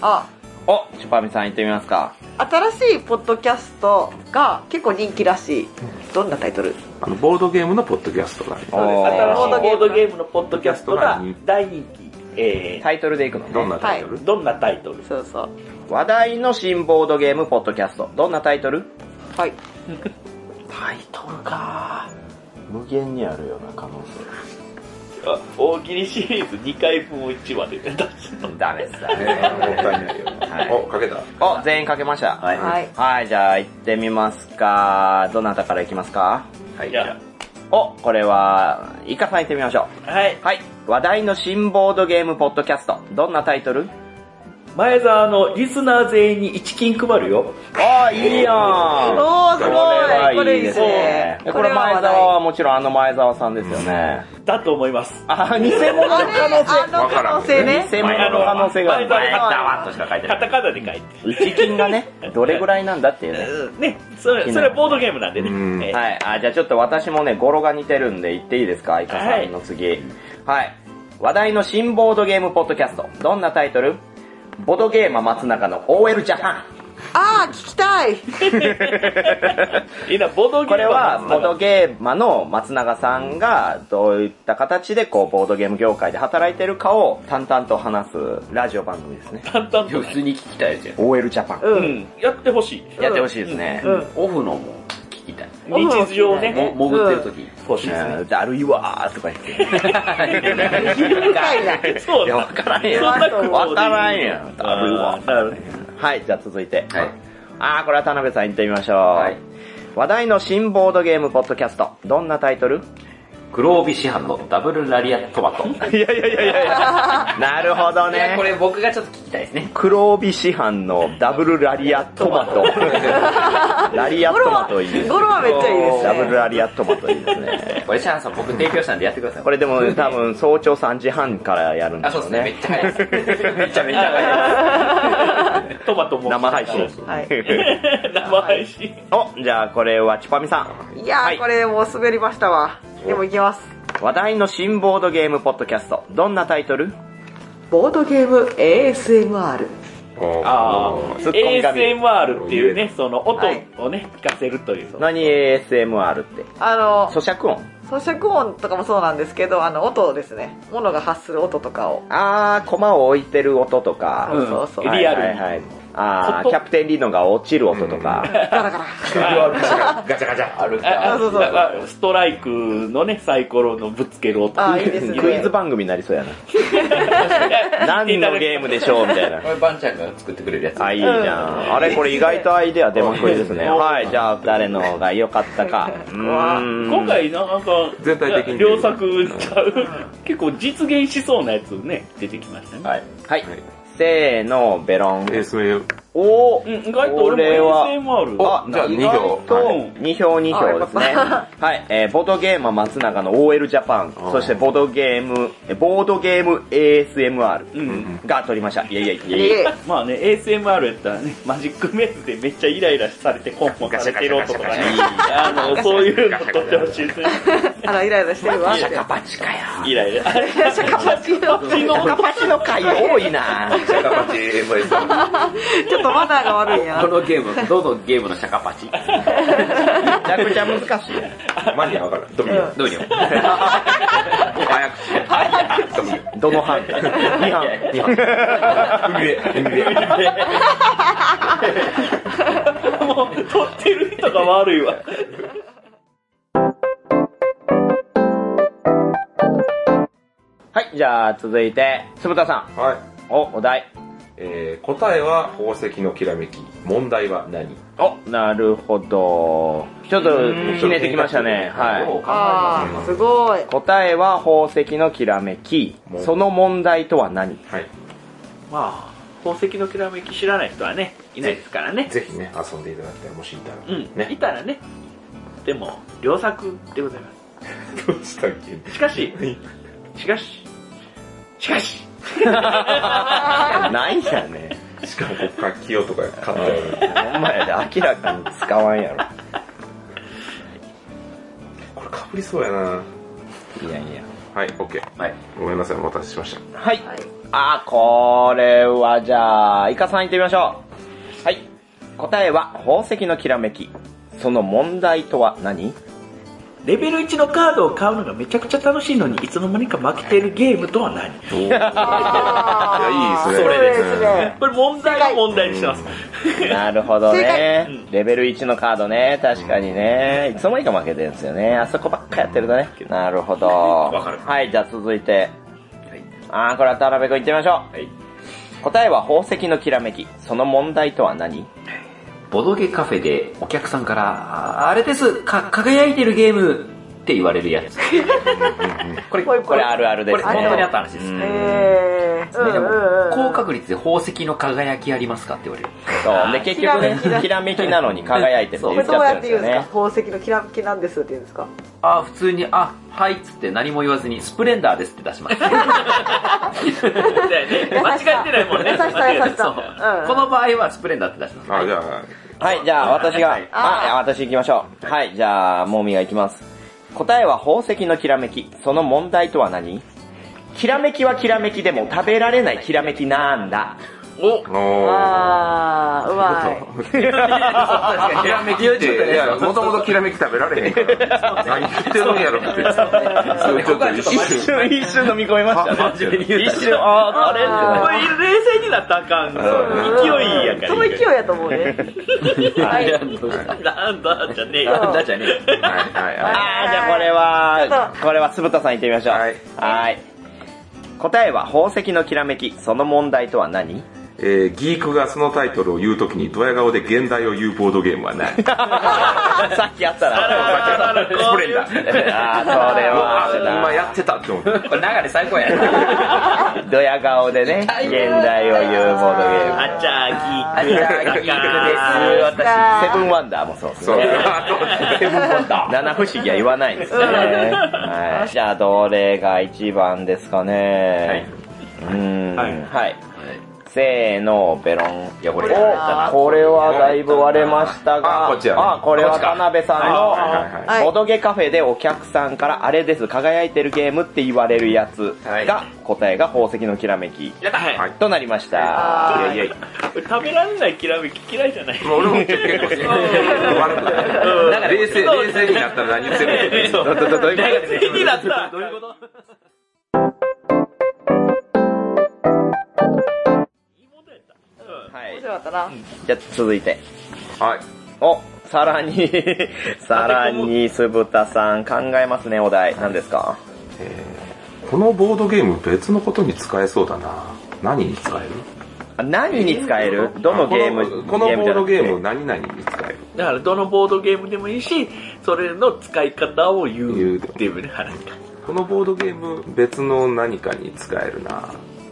D: あ
B: お、チュパミさん行ってみますか。
D: 新しいポッドキャストが結構人気らしいどんなタイトル
C: あの、ボードゲームのポッドキャストがありま
A: そうです新し
D: お
A: い
D: ー
A: ボードゲームのポッドキャストが大人気。え
B: タイトルでいくの
C: す。
B: ね
C: どんなタイトル
A: ー、どんなタイトル
D: そうそう
B: 話題の新ボードゲームポッドキャスト。どんなタイトル
D: はい
B: タイトルか無限にあるような可能
A: あ大喜利シリーズ2回分を1話で出すの。
B: 性。ダメです、ダメ
C: ねもったいないよ
B: はい。
C: お、かけた。
B: お、全員かけました。はい
D: はい
B: じゃあ行ってみますか。どなたから行きますか
C: はい
A: いや、
B: お、これは、イカさん行ってみましょ
A: はい。
B: う。はい。話題の新ボードゲームポッドキャスト。どんなタイトル
A: 前澤のリスナー全員に1金配るよ。
B: あー、いいや
D: お
B: ん
D: ーす
B: これ
D: ごいこ
B: はいい
D: れいい
B: で
D: ですす
B: ね
D: ね。
B: これ前
D: 話
B: 澤
D: 題
B: はもちろんあの前澤さんですよね。
A: だと思います。
B: あ、偽物
D: あ
B: の可能性。
D: れあの可能性ね
B: 偽物の可能性がある。
A: 前澤
D: さん
B: としか書い
A: カタカナで書いて。
B: 一金がね、どれぐらいなんだっていうね。
A: ね、それ、それはボードゲームなんでね。
C: うん
A: えー
B: はい。あ、じゃあちょっと私もね、語呂が似てるんで言っていいですかイカさんの次。はい。話題の新ボードゲームポッドキャスト。どんなタイトルボドゲーマ松中の OL ジャパン。
D: あー聞きたい
A: みんなボードゲーム
B: これは、ボードゲーマの松永さんが、どういった形で、こう、ボードゲーム業界で働いてるかを淡々と話すラジオ番組ですね。
A: 淡々と
E: 普。通に聞きたいやつや
B: OL ジャパン。
D: う
A: うんん、やってほしい。
B: やってほしいですね。
D: うん
E: オフのも聞きたい
A: 日常をね、
E: も潜ってる時
A: 欲しいですね。
B: うんだるいわーとか言って。
D: 深いな
A: そう
B: い
A: だ
B: や、わからんやん。
A: そんな苦労でいい
B: わからんやん。だるいわ
A: あーなるほど。
B: はい、じゃあ続いて。
E: はい
B: あー、これは田辺さん行ってみましょう。
E: はい
B: 話題の新ボードゲームポッドキャスト。どんなタイトル
E: 黒帯市販のダブルラリアットマ [LAUGHS] ト
B: いやいやいやいやなるほどね。
E: れ僕がちょっと聞きたいですね
B: 黒帯市販のダブルラリアット
E: [LAUGHS]
B: マト。ラリアッ
D: ゴロ
B: ト
D: は
B: マトいいですね
D: ゴロはめっちゃいいですね
B: ダブルラリアットマトいいですね。
E: これシャンさん僕提供したんでやってください
B: これでも多分早朝3時半からやるんで
E: あ
B: す
E: そうで
B: よ
E: すねめ
B: ね
E: っ。ちゃ早いですめちゃめちゃ早いで
A: トマトも。
B: 生配信。
D: はい
A: [LAUGHS] 生配信。
B: [LAUGHS] お、じゃあこれはチュパミさん。
D: いや
B: はい
D: ーこれもう滑りましたわでもいきます
B: 話題の新ボードゲームポッドキャスト。どんなタイトル
D: ボードゲーム ASMR
A: あ
C: お
A: あ、
B: ツッコミ神
A: ASMR っていうね、その音をね、聞かせるという。
B: 何 ASMR って。
D: あの
B: 咀嚼音。
D: 咀嚼音とかもそうなんですけどあの音ですね物が発する音とかを
B: あー、駒を置いてる音とか。
D: そうそうそう
A: うん
B: はい
A: リアルに
B: はいはい。あー、
A: 音
B: キャプテンリノが落ちる音とか。
D: ガラガラ
C: ガチャガチャ。
E: す歩
A: ああ
D: あそうそう
A: ああストライクのね、サイコロのぶつける音。
D: あいいですね
B: クイズ番組になりそうやな。何のゲームでしょうみたいな
E: こ。れバンちゃんが作ってくれるやつ
B: あ、いいじゃん。あれこれ意外とアイデア出まくりですね。はい、じゃあ誰の方が良かったか。うーん
A: 今回なんか、
C: 全体的に
A: 両作ちゃう。 [LAUGHS] 結構実現しそうなやつね、出てきましたね。
B: はい。はい。せーの、ベロン。
C: ASMR。
B: お
A: う
B: ー
A: ん、意外と俺も ASMR。
B: あ、
C: じゃあ
B: 意
C: 二票
B: 外と
A: はい
B: 2票2票ですね。はい、えー、ボードゲーム松永の OL ジャパン、
C: ー
B: そしてボードゲーム、えボードゲーム ASMR
A: うん。
B: が取りました。いやいやいやい
D: い
B: や
D: え
A: まあね、ASMR やったらね、マジックメイズでめっちゃイライラされてコンポンされてる音とかね、あの、そういうの撮ってほしいですね。
D: あらイライラしてるわ
B: シャカパチかよ。
A: イライラ。
D: シャカパチの
B: シャカパチの回多いな
C: ガチャガチャ ASMR。
D: ちょっとマナーが悪いんや
E: こ。のゲーム、どのゲームのシャカパチ
B: めちゃくちゃ難しい。
C: マニアわかるドミニオン
E: どうにも。早くして。早くして。
B: どの [LAUGHS] 班 ?2 班。2班。
C: 海辺海辺
A: もう、撮ってる人が悪いわ。
B: はい、じゃあ続いて、鈴田さん。
C: はい
B: お、お題。
C: えー答えは宝石のきらめき問題は何
B: お、なるほど。ちょっと、ひねってきましたね。はい。
D: あ
C: は
D: ー、すごい。
B: 答えは宝石のきらめき。その問題とは
D: [LAUGHS]
B: 何
C: はい
A: まあ、宝石のきらめき知らない人はね、いないですからね。
C: ぜひね遊んでいただきたいもしいたら
A: うん、い
C: ね
A: たらね。でも、良作でございま
C: どうしたっけ
A: す。しかし
C: はい、
A: しかし、しかし、
B: ないやね。
C: しかもここから器用とか買ったよね
B: ほんまやで、明らかに使わんやろ。
C: これかぶりそうやなはい
B: やいや。
C: い OK
E: はい。
C: ごめんなさいお待たせしました
B: はい。あー、これはじゃあ、イカさん行ってみましょう。はい。答えは宝石のきらめき。その問題とは何 [LAUGHS]
A: レベル1のカードを買うのがめちゃくちゃ楽しいのに、いつの間にか負けてるゲームとは何
D: あ
C: いやいい
D: ー
C: ですね
D: それですね。
A: これ問題を問題にしてます。
B: なるほどね
A: 正。
B: レベル1のカードね。確かにね。いつの間にか負けてるんですよね。あそこばっかやってるとね。なるほど。
A: わかる
B: はい、じゃあ続いて。あー、これは田辺君行ってみましょう。
A: はい
B: 答えは宝石のきらめき。その問題とは何
E: ボドゲカフェでお客さんから、ああれです、か、輝いてるゲームって言われるやつ。これ、
D: ぽいぽい
E: こ
B: これあるあるですね。
E: れ本当にあった話で
B: う
E: す。ね、
B: ん
D: えー。
E: でも
D: うんうんう、ん
E: 高確率で宝石の輝きありますかって言われる。
B: そう。で、結局
D: きらめきだ
B: ね、ひらめきなのに輝いてって
D: こ
B: 言
D: れ
B: っち
D: ど
B: ゃ
D: う
B: って
D: や
B: る
D: っ
B: ん
D: て
B: です
D: 言う
B: よ
D: んですか
B: ね。
D: 宝石のきらめきなんですって言うんですか
E: あ普通に、あ、はいっつって何も言わずに、スプレンダーですって出します。
A: だよね間違ってないもんね。
D: 優しさ
A: 間違えて
D: 優
A: ない
D: し
E: そ
D: さ。
E: う
D: うん
E: この場合はスプレンダーって出します。
C: あじゃあ
B: はい、じゃあ私が、
D: あ
B: あ、私行きましょう。はい、じゃあ、もみが行きます。答えは宝石のきらめき。その問題とは何きらめきはきらめきでも食べられないきらめきなんだ。
A: お
C: おー
D: あー、うまい。
E: ひらめき
C: いやいや、もともときらめき食べられへんから。何言ってるんやろって。そうちょっと一瞬。
B: 瞬、一瞬飲み込みま
C: あ
B: したね。一瞬、あー、あれ
A: これ冷静になったらあかん。そう勢いやから。
D: その勢いやと思うね。はい。
A: なんだじゃねえ
D: そ
A: よ
D: う。
E: だじゃねえ。
C: はいはい
B: あ
C: は
B: ー、じゃあこれは、これは酢豚さん行ってみましょう。は
C: はいい。
B: い。答えは宝石のきらめき。その問題とは何
C: い。えー、ギークがそのタイトルを言うときに、ドヤ顔で現代を言うボードゲームはない。
B: さ [LAUGHS] っきあったな。
C: スプレン
B: あ
C: ダー。
B: ー、それは
C: [LAUGHS] あ、
B: あるな
C: 今やってたって思って。
E: これ流れ最高や。
B: ドヤ顔でね、現代を言うボードゲーム。
A: あちゃーぎー
E: あちゃーぎー
A: あ
D: です私
B: セブンワンダーもそうです
C: そう。
B: ね。
C: あそう
B: セブンワンダー。七不思議は言わないですね。はい。じゃあ、どれが一番ですかね。うーん。
A: はい
B: はい。せーの、ベロン。
E: いや、これ、
B: おこれはだいぶ割れましたが、
C: あこっちやね
B: あこれは田辺さん
C: はいはいはい
D: は
B: の、
D: い
B: ボドゲカフェでお客さんから、あれです、輝いてるゲームって言われるやつ
E: はい
B: が、答えが宝石のきらめき
A: やったはい
B: となりました。
D: あー
C: いやいや、
A: 食べられないきらめき嫌いじゃない
C: もう俺も結構好き悪くない。だから冷静、冷静になったら何言ってるんや
A: そう
C: どどどどういうこと
A: 冷静になったどういうこと
B: はい
D: 面。白かったな。
B: じゃあ、続いて。
C: はい。
B: お、さ
A: [LAUGHS]
B: らに、さらに、すぶたさん、考えますね、お題。何ですか
C: このボードゲーム別のことに使えそうだな。何に使える
B: あ何に使えるどのゲーム
C: このこのボードゲーム
B: ム
C: 何々に使える
A: だからどのボードゲームでもいいしそれの使い方を言うっていうね話
C: このボードゲーム別の何かに使えるな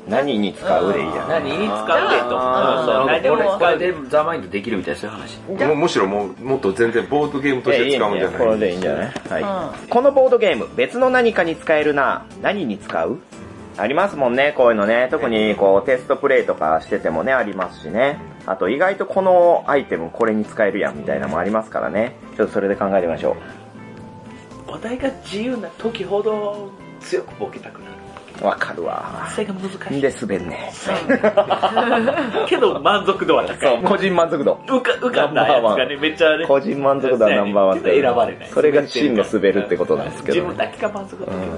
B: 何に使うでいいやん。
E: 何に
A: 使うでと
E: あー
A: うんそう何にも
E: こ
A: 使
E: れ
A: うで
E: でザ・マインドできるみたいなそういう話。
C: もうむしろもうもっと全然ボードゲームとして
B: えいい
C: 使うんん
B: だ
C: じ
B: よ
C: ゃない
B: これでいいんじゃない、はいこのボードゲーム別の何かに使えるな何に使うありますもんねこういうのね特にこうテストプレイとかしててもねありますしねあと意外とこのアイテムこれに使えるやんみたいなのもありますからねちょっとそれで考えてみましょう
A: お題が自由な時ほど強くボケたくなる
B: わかるわ。
A: それが難しい。
B: で、滑んね。
A: けど満足度は高
B: そ
A: い。
B: う、個人満足度。
A: うか、うかんなやつがね、めっちゃね。
B: 個人満足度はナンバーワン
A: けど選ばれない。
B: それが真の滑るってことなんですけど
A: 自分だけが満足度ってこと
B: うん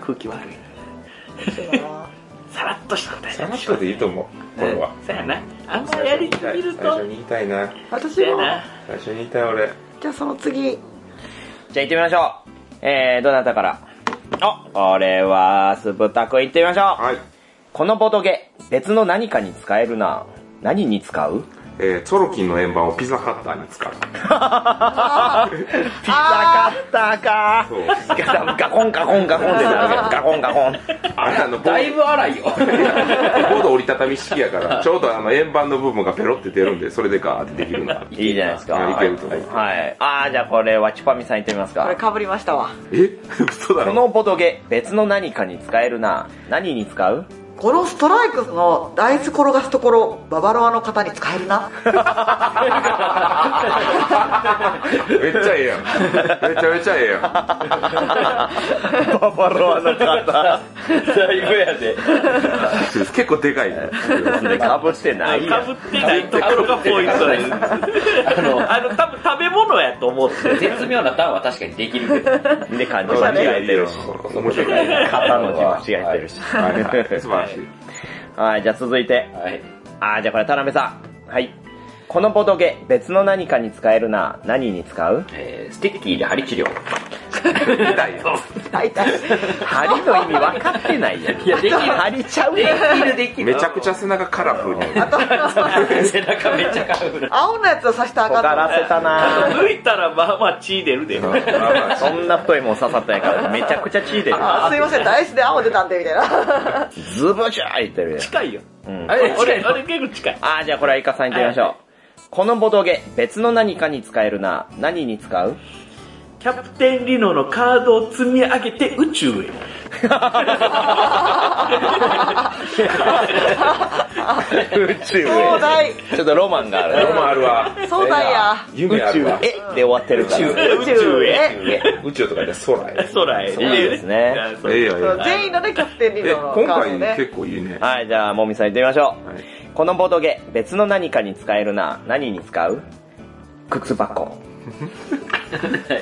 A: 空気悪い。さらっとした答え
C: 楽しくていいと思う、これは。
A: そうやな。あんまやりすぎると
C: 最、初に言いたいな。
D: 私
A: そうや
D: も
A: な。
C: 最初に言いたい俺。
D: じゃあその次
B: じゃあ行ってみましょう。えー、どなたからあ、これは、スプタク行ってみましょう。
C: はい。
B: このボトゲ、別の何かに使えるな。何に使 [LAUGHS] う
C: えー、ツォロキンの円盤をピザハッターに使う。
B: ピザカッターか
C: そう。
B: [LAUGHS] ガコンガコンガコンってなるわけガコンガコン。
C: あれ、あの、ボ
E: だい
C: ー
E: ぶ荒いよ。
C: ドボード折りたたみ式や
B: [LAUGHS]
C: から、ちょうどあの円盤の部分がペロって出るんで、それでガーってできるな。
B: いいじゃないですか。
C: いけると思う
B: はい。あー、じゃあこれはチュパミさん行ってみます
D: これ
B: か。
D: かぶりましたわ
C: え [LAUGHS] 嘘だ
B: こ
C: ろ
B: のボトゲ、別の何かに使えるな。何に使う
D: このストライクスのダイス転がすところババロアの方に使えるな
C: めっちゃええやん。めちゃめちゃええや
B: [LAUGHS]
C: ん。
B: ババロア [LAUGHS] の方。
A: だいぶやで。
C: 結構でか
B: [LAUGHS]
C: い。[LAUGHS]
B: かぶってないや
A: か
B: ん
A: ぶってないところがポイントです。あ [LAUGHS] の、あの、多分食べ物やと思って。
E: 絶妙なターンは確かにできるけど。
B: で感じ間違えてるし。
C: 面白い。
B: 肩の字間違えてるし。
C: はいはい素晴らしい。
B: はい、じゃあ続いて。
E: はい。
B: あー、じゃあこれ、田辺さん。はい。このボトゲ、別の何かに使えるな。何に使う
E: えーステッキーで針治療。
D: 大体
B: 針の意味分かってないやん。いや、できる。針ちゃうやん。
E: でき
C: めちゃくちゃ背中カラフルに。
E: 背中めっちゃかぶる。
D: 青のやつを刺した
B: 尖
D: らあかんの
B: らせたなー
A: 抜いたらまあまあ血出るで。
B: そんな太いもん刺さったやから、めちゃくちゃ血出る。
D: あすいませんダイスで青出たんでみたいな
B: ズブシャー言ってるやん。
A: 近いよ。
B: うん
E: あれ、
A: 俺、俺結構近い。
B: あー、じゃあこれはイカさん行ってみましょう。
A: はい
B: このボトゲ、別の何かに使えるな。何に使う
A: キャプテンリノのカードを積み上げて宇宙へ。
B: 宇宙
D: 壮大
B: ちょっとロマンがあるね。
C: ロマンあるわ。
D: 壮大や
C: 夢あるわ。
B: えで終わってるから。
A: 宇宙へ。
C: 宇宙とかで空へ。
A: 空へ。
B: いいですね
A: あそう
C: ええやんええやん
D: 全員のねキャプテンリー
C: え、
D: ド
C: 今
D: のカード
C: 回
D: ね
C: 結構いいね。
B: はい、じゃあ、もみさん行ってみましょう。
C: はい
B: このボトゲ、別の何かに使えるな。何に使う靴箱。
C: [LAUGHS]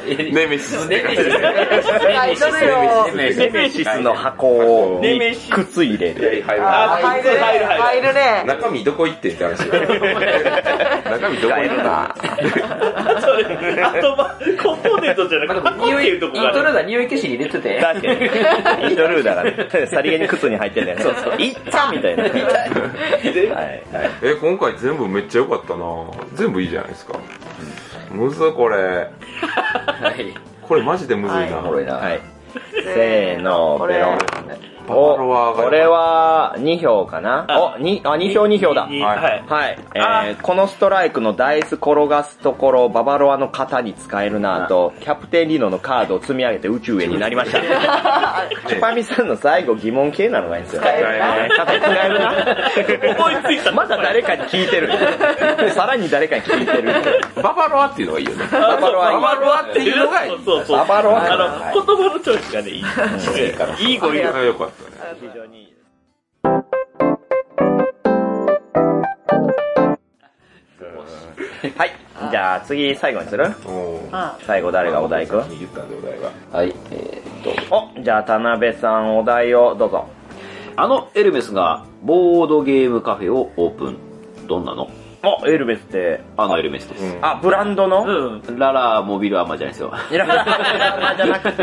C: ネメシスって感じ。
D: はいどれよ
B: ネメシスの箱を
A: ネメシス
B: 靴入れる。
C: はいはい
D: あー入るね
A: 入る入る
D: 入るね
C: 中身どこ行ってんって話よ中身どこ
B: 使え
C: 行
B: るな。
A: それあと、ま、コンポーネントじゃなくて、箱って
E: 匂い、イ
A: い
E: ン
A: う
E: ト
A: と
E: ル
A: こがある。
E: ーダー匂い消しに入れてて。
B: 確かに。インドルーダーがね、 [LAUGHS] さりげに靴に入ってんだよね。そうそう。いったみたいな。はい。はい
C: え、今回全部めっちゃ良かったな全部いいじゃないですか。むずっこれ。
E: はい。
C: これマジでむずいな。
E: おもろいな。
B: はい。せーの、
D: こ
B: ベ
D: れ
B: ロン。
C: バロワ
B: お、
C: ーが
B: これは2票かな
A: あ
B: お、2、あ、2票2票だ。
A: に
C: はい
A: はい。
B: はい、え
A: あ
B: ー、このストライクのダイス転がすところ、ババロアの型に使えるなぁと、キャプテンリノのカードを積み上げて宇宙へになり
A: [LAUGHS]
B: ました。チュパミさんの最後疑問系なのがいいんですよ。
D: 使え
C: るな
B: 型に使える
A: 思い
B: な。
A: ついた。
B: まだ誰かに聞いてる。さらに誰かに聞い
A: [LAUGHS]
B: てる。
C: ババロアっていうのがいいよね。
A: あそう
B: バロア
A: バロアっていうのがいい。そうそう。
B: ババロア
A: あの、言葉のチョイスがね、いい。いい語
C: これ
A: 彙力。
C: が良かったね。
B: 非常にいいですはい。じゃあ次最後にする
C: おー
B: 最後誰がお題くん
C: 言ったんでお題が。
E: はい。えーっと、
B: お、じゃあ田辺さんお題をどうぞ。
E: あのエルメスがボードゲームカフェをオープン。どんなの
B: お、エルベスって、
E: あのエルメスです。
C: うん
B: あ、ブランドの、
A: うん。
E: ララモビルアーマーじゃないですよ。
B: いらないあじゃなくて、
E: [LAUGHS]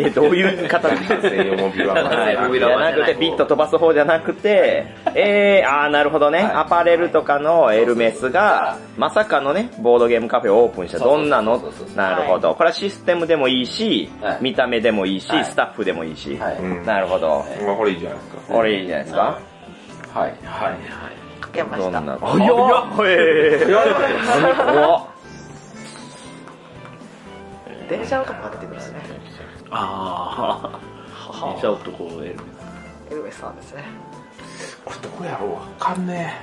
B: いや、どういう言い方ですか
C: 専用モビルアマ
B: はい、じ
E: モビル
B: ゃなくて、ビット飛ばす方じゃなくて、えー、あー、なるほどね、アパレルとかのエルメスが、まさかのね、ボードゲームカフェをオープンした、どんなの
E: そうそうそうそう
B: なるほど。これはシステムでもいいし
E: はい、
B: 見た目でもいいし
E: は、い
B: スタッフでもいいし。
E: はい。
C: うん
B: なるほど。
C: まあこれいいじゃないですか。
B: これいいじゃないですか。
E: はい。はい。
D: かけま
B: ど
D: し
B: ん
D: た
B: なのあ、いや
C: やば
B: 怖っ
D: 電車のとこが出てくるんですね
A: ああ。めっちゃ男を得る。
D: エルメスさんですね
C: これどこやろうわかんね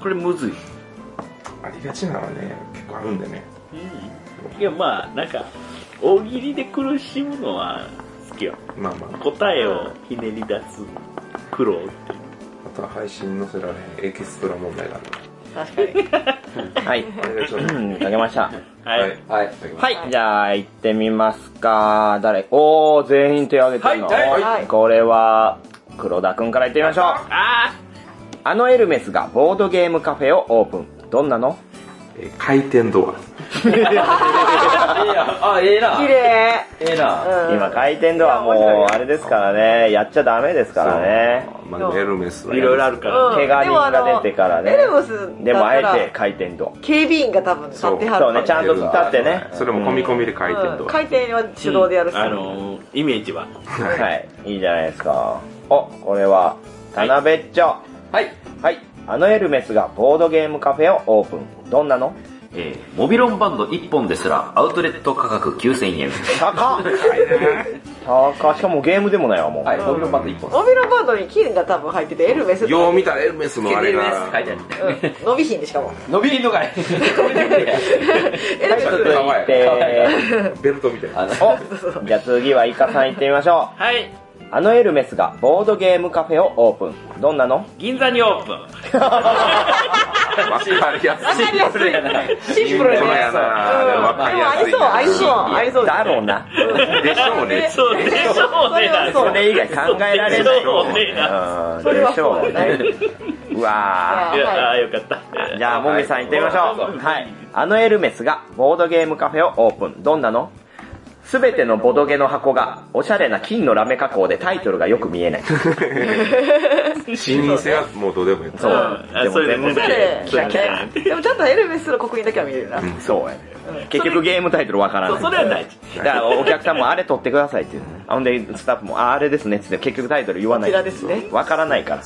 A: これむずい。
C: え。ありがちなのはね、結構あるんでね。
A: いや、まあ、なんか、大喜利で苦しむのは、好きよ。
C: まあまあ。
A: 答えをひねり出す苦労っていう。
C: あとは配信載せられへんエキストラ問題がある。
D: 確かに。
B: はい。
C: あれがちょっと
B: うん、書けました。
A: は
C: はいい。
E: はい。
B: はい、じゃあ行ってみますか。誰おー、全員手を挙げてるの。
A: はい
D: はい
B: これは、黒田くんから行ってみましょう。
A: あ
B: あのエルメスがボードゲームカフェをオープン。どんなの
C: えー回転ドア。
E: ええやあ、ええな。
D: 綺麗。
E: ええな。
D: うん
B: 今回転ドア
D: いや面白い
B: も
D: よ
B: うあれですからね、やっちゃダメですからね。
C: そう。まあ、エルメス
A: あいろいろあ
C: る。
A: るから
D: うん
A: ね。
B: 怪我人が出てからね。
D: でもあのエルメスだったら
B: でもあえて回転ド
D: 警備員が多分立ってはる
B: そうねちゃんと立ってね
C: それも込み込みで回転
D: うん
C: ドア。
D: 回転は手動でやるし。
A: あのー、イメージは。
B: ア。はい、いいじゃないですか。お、これは、田辺っちょ。
E: はい。
B: はい、あのエルメスがボードゲームカフェをオープン。どんなの
E: えー、モビロンバンド1本ですら、アウトレット価格9000円。
B: 高っ高っしかもゲームでもないわ、もう。
E: はい、モビロンバンド1本です。
D: モビルバードに金が多分入ってて、エルメスっ
C: [LAUGHS]
D: て
C: よう見たらエルメスのあれが。
E: 書いてある。
D: うん伸びひんでしかも。
E: 伸びりんのかい。
D: エルメス
C: ちょっとかわいい
B: で
C: ベルトみたいな。
E: あの、
B: おじゃあ次はイカさん行ってみましょ
A: はい。
B: う。あのエルメスがボードゲームカフェをオープン。どんなの
A: 銀座にオープン。
C: わかりや
D: わ
C: すい。
D: かりやすい。シンプル
C: シンプルや
D: やね。
C: なわかりやすい
D: うんでもありそう、ありそう、ありそう。
B: だろうな。
C: でしょうね。
A: [LAUGHS] そうでしょうねなん
D: そ
B: そうれ以外考えられない。
A: そうね
B: うん
D: それ
B: で
D: は
B: し
D: そ
B: ょ
D: う
B: う
D: だ
B: ね
D: ね。。
B: うわ
A: いや
D: はい
A: ああ、よかった。
B: [LAUGHS] ーじゃあ、もみさん行ってみましょう。はい。あのエルメスがボードゲームカフェをオープン。どんなのすべてのボドゲの箱がおしゃれな金のラメ加工でタイトルがよく見えない。
C: 老舗はもうどうでもいい。
B: そう
A: あ
B: でも
A: それで
B: 全部
A: ね
D: おしゃれ
A: それ
D: だ
A: で
D: ねでもちゃんとエルメスの刻印だけは見れるな。
B: [LAUGHS] そうやね。結局ゲームタイトルわから
A: そ
B: な
A: う
B: い。
A: それは大事。
B: だからお客さんもあれ取ってくださいっていう、ね。ほんで、スタッフも、ああれですねって言って結局タイトル言わない。
D: こちらですね
B: わからないから。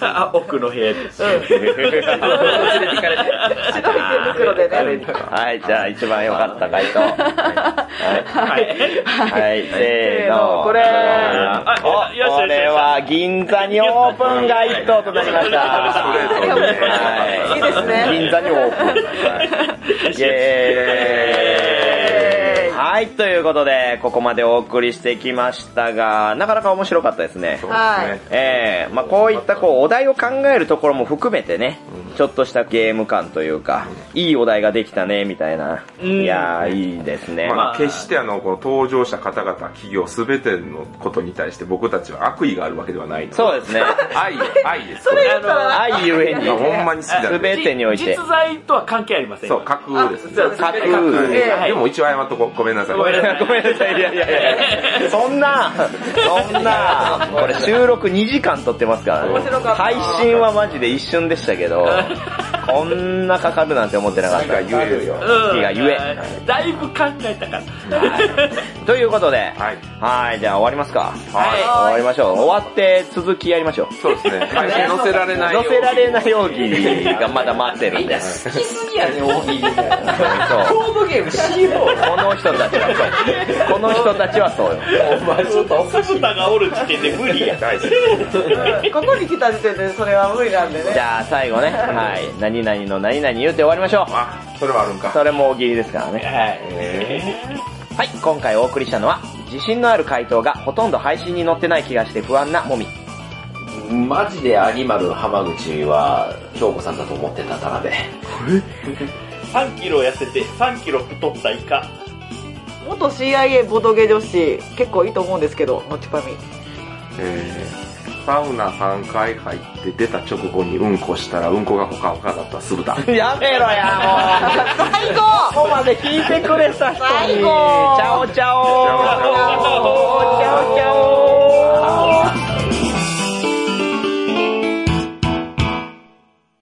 A: あ、奥の部屋です。
E: 連れて行かれて。
D: 白い手袋でね。
B: はい、じゃあ一番良かった回答。はい。
A: はい。
B: はい、せー
D: せー
B: の。
D: のこれ
A: あよ
B: あ
A: しよしよし
B: これは銀座にオープンが一等となり
A: [LAUGHS]
B: まし
C: スト
B: た。
C: レートにね
B: はい
D: いいですね
B: 銀座にオー
A: [LAUGHS]
B: プン。はいイエーイはい、ということで、ここまでお送りしてきましたが、なかなか面白かったですね。
D: はい。
B: ええまあこういったこうお題を考えるところも含めてね、ちょっとしたゲーム感というか、いいお題ができたね、みたいな。
A: ん
B: いやー、いいですね。
C: ま
B: ま
C: あ、決してあの、この登場した方々、企業すべてのことに対して僕たちは悪意があるわけではないの
B: あそうですね。
C: 愛、愛です。
D: それ言ったら、
B: 愛ゆえに、
C: いやほんまに好きだ
B: すべてにおいて
A: 実。在とは関係ありません。
C: そう、架空ですね。
A: 架
B: 空
C: 架空
D: ええ
C: でも一応謝っとこう。ごめんなさい。
A: ごめんなさ
B: ごめんなさい、いやいやいやそんな、そんな、これ収録2時間撮ってますからね。
D: 面白かった
B: 配信はマジで一瞬でしたけど、こんなかかるなんて思ってなかっ
C: が
B: た。
C: 言えるよ。
A: うん。
B: 好きがゆえ
A: だいぶ考えたから。
B: ということで、
C: はい。
B: はい、じゃあ終わりますか。
A: はい
B: 終わりましょう。終わって続きやりましょう。
C: そうですね。配信載せられないよ
B: 乗
C: うに。
B: せられない容疑がまだ待ってるんで。
E: 好きすぎやね、大喜利みたいな。
B: そう。
E: ボードゲームしよう。
B: この人たちはそう。この人たちはそうよ。
E: お前ちょっとおかしい。
A: 酢豚がおる時点で無理や。
C: 大好き
D: うんここに来た時点でそれは無理なんで
B: じ
D: ね。
B: ゃあ最後ね、はい。何々の何々言うて終わりましょう。
C: あ、それはあるんか。
B: それも大喜利ですからね。
A: はい。
B: はい、今回お送りしたのは、自信のある回答がほとんど配信に載ってない気がして不安なもみ。
E: マジでアニマル浜口は、京子さんだと思ってた、田辺。
A: 3キロ痩せて3キロ太ったイカ。
D: 元 CIA ボドゲ女子、結構いいと思うんですけど、のちぱみ。
C: えーサウナ3回入って出た直後にうんこしたらうんこがほかほかだった酢豚。
B: やめろや、もう。
D: 最高
B: ここまで聞いてくれた人に。
D: 最後
B: チャオチャオ